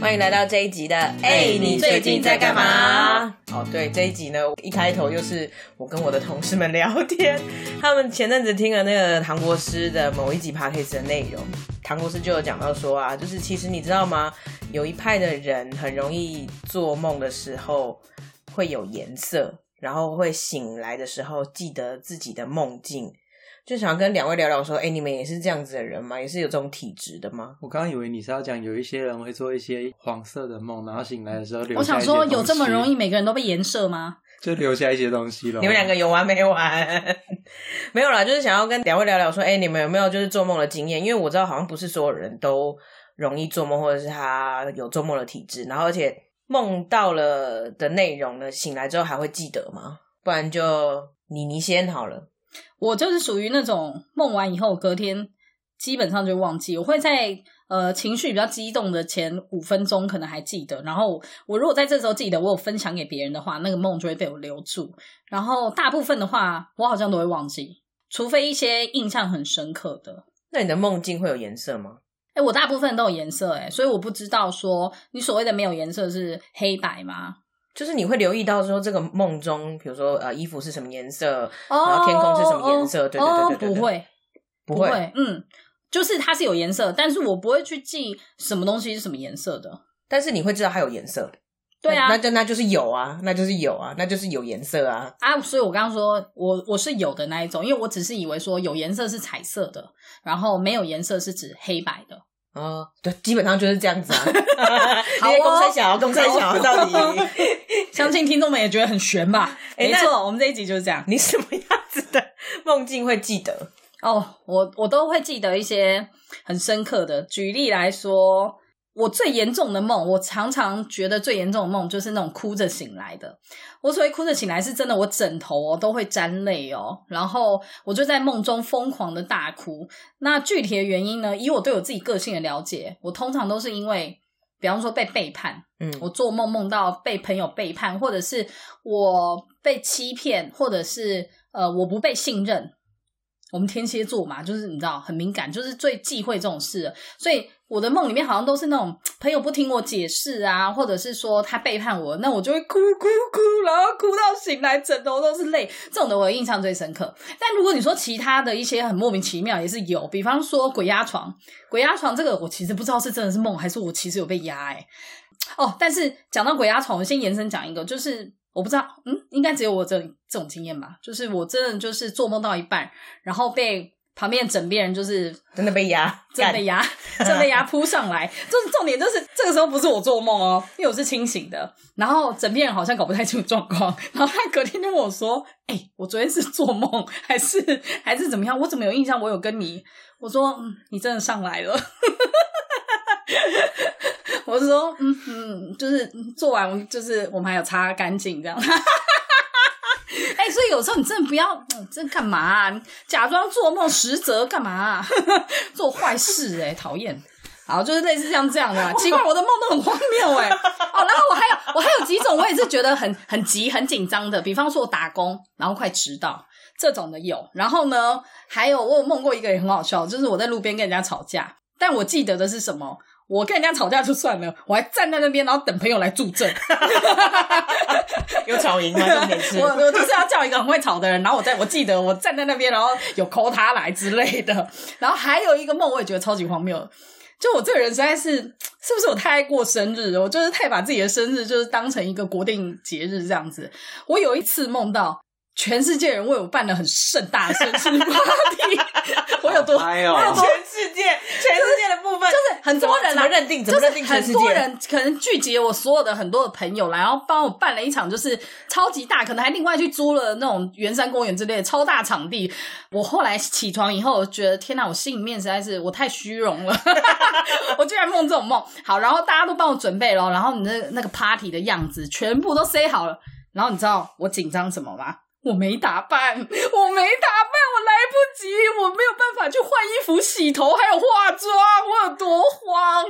欢迎来到这一集的。哎哎，你最近在干嘛？哦，对，这一集呢，一开头又是我跟我的同事们聊天， 他们前阵子听了那个唐国师的某一集 podcast 的内容，唐国师就有讲到说啊，就是其实你知道吗？有一派的人很容易做梦的时候会有颜色，然后会醒来的时候记得自己的梦境。就想跟两位聊聊说，哎、你们也是这样子的人吗？也是有这种体质的吗？我刚刚以为你是要讲有一些人会做一些黄色的梦，然后醒来的时候留我下想一些说，东西有这么容易每个人都被颜射吗？就留下一些东西了。你们两个有完没完？ 没有啦，就是想要跟两位聊聊说，哎、你们有没有就是做梦的经验？因为我知道好像不是所有人都容易做梦，或者是他有做梦的体质，然后而且梦到了的内容呢，醒来之后还会记得吗？不然就你你先好了。我就是属于那种梦完以后隔天基本上就忘记，我会在呃情绪比较激动的前五分钟可能还记得，然后我如果在这时候记得，我有分享给别人的话，那个梦就会被我留住。然后大部分的话，我好像都会忘记，除非一些印象很深刻的。那你的梦境会有颜色吗？哎、我大部分都有颜色哎、所以我不知道说你所谓的没有颜色是黑白吗？就是你会留意到说这个梦中，比如说呃衣服是什么颜色，哦然后天空是什么颜色对对对对对对不会，不不会嗯，就是它是有颜色，但是我不会去记什么东西是什么颜色的。但是你会知道它有颜色。对啊那那就那就是有啊，那就是有啊，那就是有颜色啊。啊，所以我刚刚说我我是有的那一种，因为我只是以为说有颜色是彩色的，然后没有颜色是指黑白的。哦，对，基本上就是这样 子啊。好因哦为公三小，公三小到底 相信听众们也觉得很悬吧？诶没哎那错，我们这一集就是这样。你什么样子的梦境会记得？哦，我我都会记得一些很深刻的。举例来说，我最严重的梦，我常常觉得最严重的梦就是那种哭着醒来的。我所谓哭着醒来，是真的，我枕头哦都会沾泪哦，然后我就在梦中疯狂的大哭。那具体的原因呢？以我对我自己个性的了解，我通常都是因为，比方说被背叛，嗯，我做梦梦到被朋友背叛，或者是我被欺骗，或者是呃我不被信任。我们天蝎座嘛，就是你知道很敏感，就是最忌讳这种事了。所以我的梦里面好像都是那种朋友不听我解释啊，或者是说他背叛我，那我就会哭哭哭，然后哭到醒来，枕头都是泪。这种的我印象最深刻。但如果你说其他的一些很莫名其妙，也是有，比方说鬼压床，鬼压床这个我其实不知道是真的是梦，还是我其实有被压哎、哦，但是讲到鬼压床，我先延伸讲一个，就是我不知道，嗯，应该只有我这这种经验吧。就是我真的就是做梦到一半，然后被旁边枕边人就是真的被压， 真被压。牙真被牙扑上来，就是重点就是这个时候不是我做梦哦，因为我是清醒的，然后枕边人好像搞不太清楚状况，然后他隔天就问我说：“哎、我昨天是做梦还是还是怎么样？我怎么有印象我有跟你？”我说：“嗯，你真的上来了。”我是说，嗯嗯，就是做完，就是我们还有擦干净这样。哎、所以有时候你真的不要，嗯、真干嘛啊、你假装做梦实则干嘛 啊、做坏事哎、讨厌。好，就是类似像这样的啊、奇怪，我的梦都很荒谬哎、哦，然后我还有我还有几种，我也是觉得很很急、很紧张的，比方说我打工，然后快迟到这种的有。然后呢，还有我有梦过一个也很好笑，就是我在路边跟人家吵架，但我记得的是什么？我跟人家吵架就算了，我还站在那边，然后等朋友来助阵。有吵赢吗？重点是我我就是要叫一个很会吵的人，然后我在我记得我站在那边，然后有 call 他来之类的。然后还有一个梦，我也觉得超级荒谬的，就我这个人实在是，是不是我太爱过生日了？我就是太把自己的生日就是当成一个国定节日这样子。我有一次梦到。全世界人为我办了很盛大的生日 party，我有 多，嗨哦我有 多全世界，全世界的部分就是很多人怎来么认定？怎就么是认定全世界？很多人可能聚集我所有的很多的朋友来，然后帮我办了一场，就是超级大，可能还另外去租了那种圆山公园之类的超大场地。我后来起床以后，我觉得天哪，我心里面实在是我太虚荣了， 我居然梦这种梦。好，然后大家都帮我准备了，然后你那那个 party 的样子全部都 say 好了，然后你知道我紧张什么吗？我没打扮，我没打扮，我来不及，我没有办法去换衣服、洗头，还有化妆，我有多慌？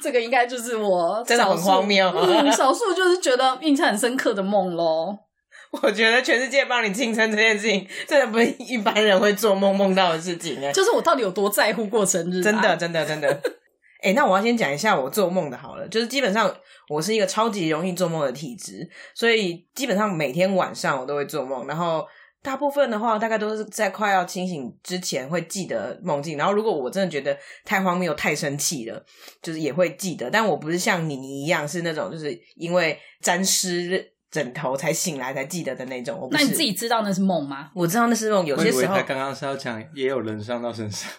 这个应该就是我真的很少数荒谬啊嗯，少数就是觉得印象很深刻的梦喽。我觉得全世界帮你庆生这件事情，真的不是一般人会做梦梦到的事情哎、就是我到底有多在乎过生日、啊？真的，真的，真的。 哎、那我要先讲一下我做梦的好了，就是基本上我是一个超级容易做梦的体质，所以基本上每天晚上我都会做梦，然后大部分的话大概都是在快要清醒之前会记得梦境，然后如果我真的觉得太荒谬、太生气了，就是也会记得，但我不是像你一样是那种就是因为沾湿枕头才醒来才记得的那种，我不那是你自己知道那是梦吗？我知道那是梦，有我些以为时候他刚刚是要讲也有人伤到身 上，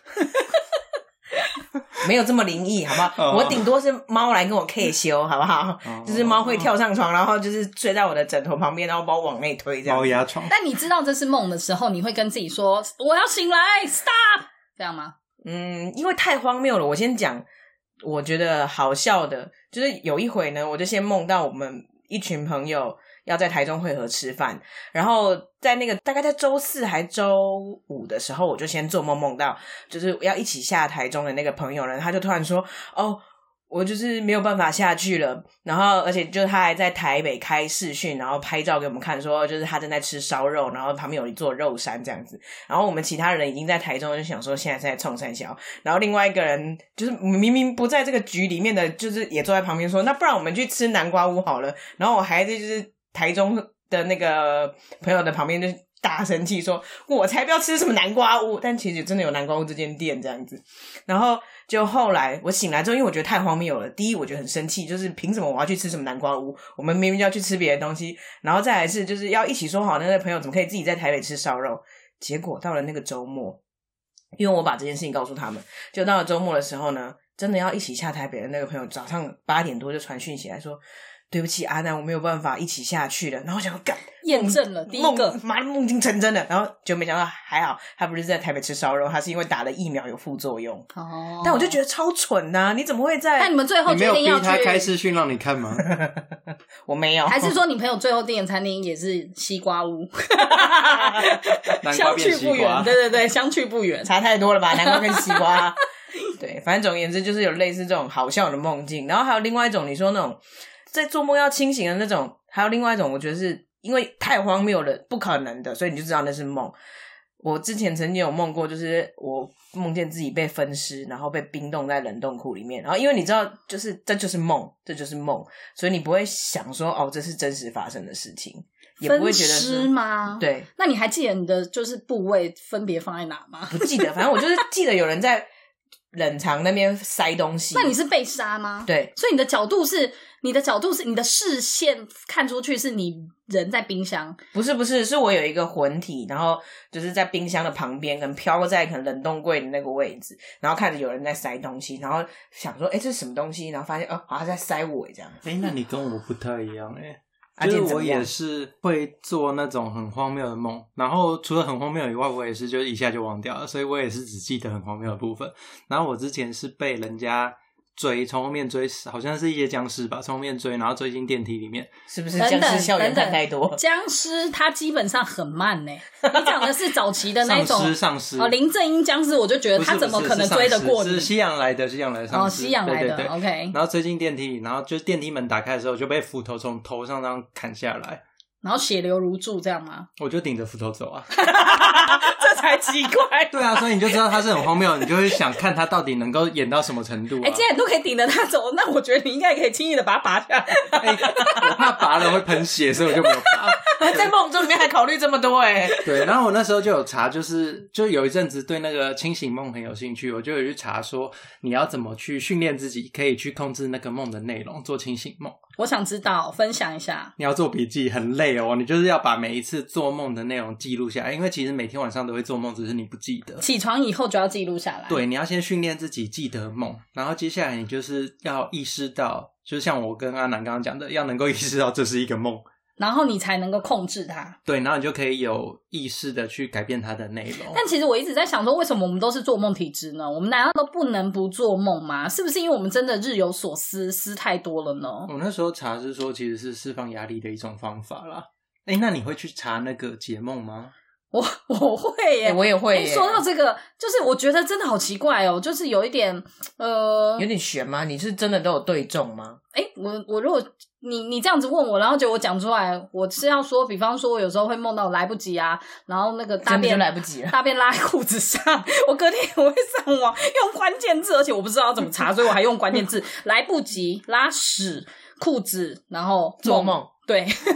没有这么灵异，好不好？哦我顶多是猫来跟我 K 修，好不好？哦就是猫会跳上床，然后就是睡在我的枕头旁边，然后把我往内推这样猫。牙床。但你知道这是梦的时候，你会跟自己说：“我要醒来，stop。”这样吗？嗯，因为太荒谬了，我先讲，我觉得好笑的，就是有一回呢，我就先梦到我们一群朋友要在台中汇合吃饭，然后在那个大概在周四还周五的时候，我就先做梦梦到，就是要一起下台中的那个朋友呢，他就突然说：“哦，我就是没有办法下去了。”然后，而且就是他还在台北开视讯，然后拍照给我们看，说就是他正在吃烧肉，然后旁边有一座肉山这样子。然后我们其他人已经在台中，就想说现在是在冲三小。然后另外一个人就是明明不在这个局里面的，就是也坐在旁边说：“那不然我们去吃南瓜屋好了。”然后我还在就是台中的那个朋友的旁边就大生气说：“我才不要吃什么南瓜屋！”但其实真的有南瓜屋这间店这样子。然后就后来我醒来之后，因为我觉得太荒谬了。第一，我觉得很生气，就是凭什么我要去吃什么南瓜屋？我们明明就要去吃别的东西。然后再来是就是要一起说好，那个朋友怎么可以自己在台北吃烧肉？结果到了那个周末，因为我把这件事情告诉他们，就到了周末的时候呢，真的要一起下台北的那个朋友，早上八点多就传讯息来说：“对不起，阿南，我没有办法一起下去了。”然后我想说干验证了第一梦个，妈的梦境成真了。然后就没想到还好，他不是在台北吃烧肉，他是因为打了疫苗有副作用。哦但我就觉得，得超蠢呐、你怎么会在？但你们最后你决没有定逼要他开去，视讯让你看 吗？我没哦有，还是说你朋友最后订的餐厅也是西瓜屋？南瓜相变去西不远，瓜对，对对，相去不 远。差太多了 吧？南瓜跟西瓜。对，反正总而言之，就是有类似这种好笑的梦境，然后还有另外一种，你说那种在做梦要清醒的那种，还有另外一种，我觉得是因为太荒谬了，不可能的，所以你就知道那是梦。我之前曾经有梦过，就是我梦见自己被分尸，然后被冰冻在冷冻库里面，然后因为你知道，就是这就是梦，这就是梦，所以你不会想说哦，这是真实发生的事情，也不会分觉得尸是。吗？。对，那你还记得你的就是部位分别放在哪吗？不记得，反正我就是记得有人在冷藏那边塞东西。那你是被杀吗？。对所以你的角度是，你的角度是，你的视线看出去是你人在冰箱，不是不是，是我有一个魂体，然后就是在冰箱的旁边，可能飘在可能冷冻柜的那个位置，然后看着有人在塞东西，然后想说，哎、这是什么东西？然后发现，哦，好像在塞我这样。哎、那你跟我不太一样哎、 啊就这是怎我么样也是会做那种很荒谬的梦，然后除了很荒谬以外，我也是就是一下就忘掉了，所以我也是只记得很荒谬的部分。然后我之前是被人家追，从后面追，好像是一些僵尸吧，从后面追，然后追进电梯里面，是不是等僵尸等校园等看太等，呃多？僵尸它基本上很慢呢、你讲的是早期的那丧种尸丧尸哦，林正英僵尸，我就觉得不是他怎么不是可能是丧追得尸过你是？西洋来的西洋来的丧哦，尸，西洋来的对对对 o k 然后追进电梯里，然后就电梯门打开的时候，就被斧头从头上这样砍下来，然后血流如注这样 吗？我就顶着斧头走啊。这才奇怪。对啊，所以你就知道他是很荒谬，你就会想看他到底能够演到什么程度、啊。哎、既然你都可以顶着他走，那我觉得你应该可以轻易的把他拔下 来。哎我怕拔了会喷血，所以我就没有 拔。在梦中里面还考虑这么多、 诶哎，对，然后我那时候就有查，就是就有一阵子对那个清醒梦很有兴趣，我就有去查说你要怎么去训练自己，可以去控制那个梦的内容，做清醒梦。我想知道，分享一下。你要做笔记，很累哦，你就是要把每一次做梦的内容记录下来，因为其实每天晚上都会做梦，只是你不记得。起床以后就要记录下来。，对，你要先训练自己记得梦，然后接下来你就是要意识到，就像我跟阿南刚刚讲的，要能够意识到这是一个梦，然后你才能够控制它。对，然后你就可以有意识的去改变它的内哦容。但其实我一直在想说，为什么我们都是做梦体质呢？我们难道都不能不做梦吗？是不是因为我们真的日有所思，思太多了呢？我那时候查是说，其实是释放压力的一种方法啦。哎，那你会去查那个解梦吗？我我会耶，欸我也会哎耶。说到这个，就是我觉得真的好奇怪哦，就是有一点呃有，点悬吗？你是真的都有对中吗？哎、我我如果你你这样子问我，然后结果我讲出来，我是要说，比方说我有时候会梦到我来不及啊，然后那个大真的就便来不及了。大便拉在裤子上， 我隔天我会上网用关键字，而且我不知道怎么查，所以我还用关键字来不及拉屎裤子，然后做梦，对，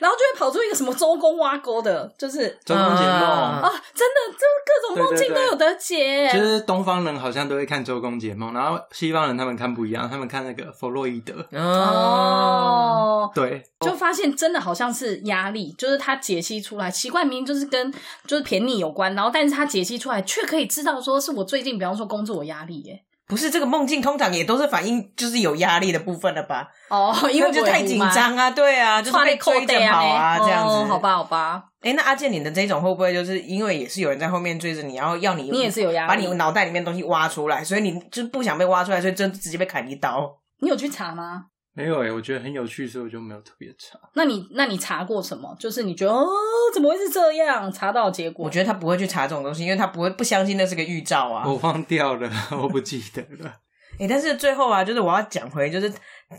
然后就会跑出一个什么周公挖沟的，就是周公解啊啊，梦真的，这各种梦境都对对对有得解。就是东方人好像都会看周公解梦，然后西方人他们看不一样，他们看那个弗洛伊德。哦，嗯哦，对，就发现真的好像是压力，就是他解析出来，奇怪，明明就是跟就是便宜有关，然后但是他解析出来却可以知道说是我最近，比方说工作有压力耶。不是这个梦境，通常也都是反映就是有压力的部分了吧？哦，因为就太紧， 张啊，对啊，就是穿被扣追着带跑啊，这样哦子。好，吧，好吧，哎，那阿健，你的这种会不会就是因为也是有人在后面追着你，然后要你你也是有压把力你。脑袋里面东西挖出来，所以你就不想被挖出来，所以真直接被砍一刀。你有去查吗？没有诶、我觉得很有趣，所以我就没有特别查。那你那你查过什么？就是你觉得哦，怎么会是这样？查到结果，我觉得他不会去查这种东西，因为他不会不相信那是个预兆啊。哦我忘掉了， 我不记得了。诶，但是最后啊，就是我要讲回，就是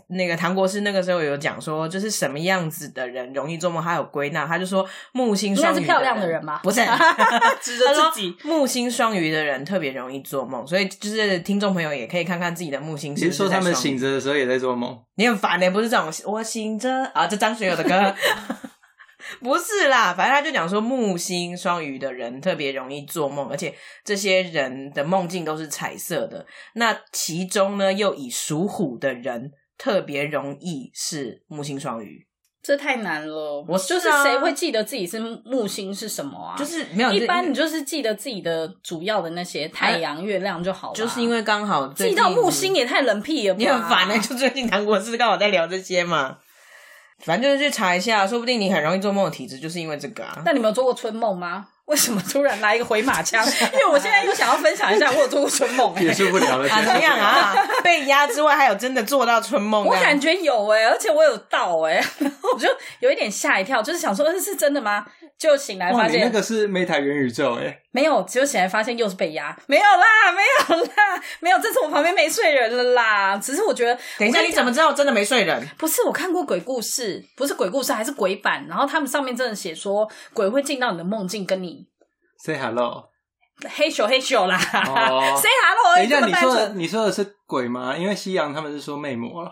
那个唐国师那个时候有讲说，就是什么样子的人容易做梦，他有归纳，他就说木星应该双是鱼漂亮的人人吧？ 不是指他着说自己。木星双鱼的人特别容易做梦，所以就是听众朋友也可以看看自己的木星你是不是是说在他们双鱼醒着的时候也在做梦？ 你很烦呢、不是这种我醒着啊，这张学友的歌， 不是啦，反正他就讲说木星双鱼的人特别容易做梦，而且这些人的梦境都是彩色的。那其中呢，又以属虎的人特别容易是木星双鱼，这太难了。我就是是啊谁会记得自己是木星是什么啊？就是没有一般，就你就是记得自己的主要的那些太阳、月亮就好了。啊就是因为刚好最记近到木星也太啊冷僻了吧？你很烦 呢、就最近韩国是刚好在聊这些嘛。反正就是去查一下，说不定你很容易做梦的体质就是因为这个啊。那你们有做过春梦吗？为什么突然来一个回 马枪？因为我现在又想要分享一下我有做过春梦、结欸。束不了啊，了，结束不怎了样？啊？被压之外，还有真的做到春梦啊我这样？感觉有哎、而且我有到哎、然后 我就有一点吓一跳，就是想说，呃这是真的吗？就醒来哇，发你现那个是 Meta 元宇宙哎诶、没有，只有醒来发现又是被压，没有啦，没有啦，没有，这次我旁边没睡人了啦。只是我觉得，等一下，我跟你讲怎么知道我真的没睡人？不是，我看过鬼故事，不是鬼故事，还是鬼版。然后他们上面真的写说，鬼会进到你的梦境，跟你 s a y hello。嘿咻嘿咻啦，谁 哦 hello 而已等一下，这你么单说的纯，你说的是鬼吗？因为西洋他们是说魅魔了，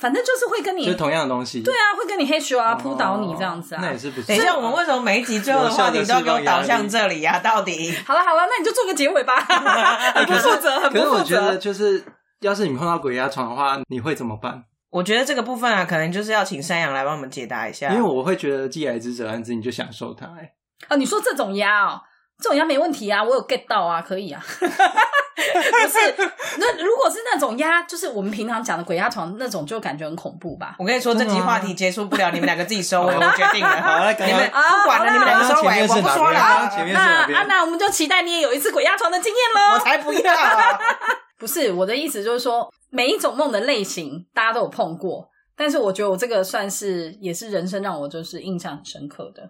反正就是会跟你就是同样的东西。对啊，会跟你嘿咻啊，哦扑倒你这样子那啊也。是不错。等一下，我们为什么每一集最后的话题都要给我导向这里呀、啊？到底好了好了，那你就做个结尾 吧，很不负责，很可是不我负觉得，责。就是要是你碰到鬼压床的话，你会怎么办？我觉得这个部分啊，可能就是要请山羊来帮我们解答一下。因为我会觉得既来之则安之，你就享受它、欸。啊，你说这种鸭哦，这种鸭没问题啊，我有 get 到啊，可以啊。 不是，那如果是那种鸭，就是我们平常讲的鬼压床那种，就感觉很恐怖吧？我跟你说，这集话题结束不了，你们两个自己收尾，我决定了。 好那刚刚你们不管了，啊你们两个收前尾，面我是不哪说边？了刚刚啊前，面是哪那边啊安？娜，我们就期待你也有一次鬼压床的经验我喽。才不要！不是我的意思，就是说每一种梦的类型，大家都有碰过，但是我觉得我这个算是也是人生让我就是印象很深刻的，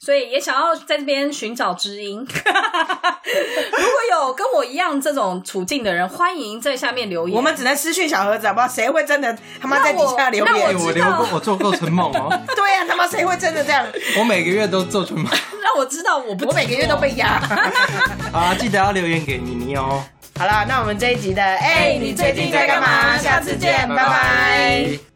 所以也想要在这边寻找知音。 如果有跟我一样这种处境的人，欢迎在下面留言。我们只能私讯小盒子，好不好？谁会真的他妈在底下留那言欸、？我我知留道过，我做过春梦哦、 对呀、他妈谁会真的这样？我每个月都做春梦。让我知道我不我每个月都哦被 压。好啊，记得要留言给妮妮哦。好啦，那我们这一集的，哎、你最近在干嘛？下次见，拜拜。拜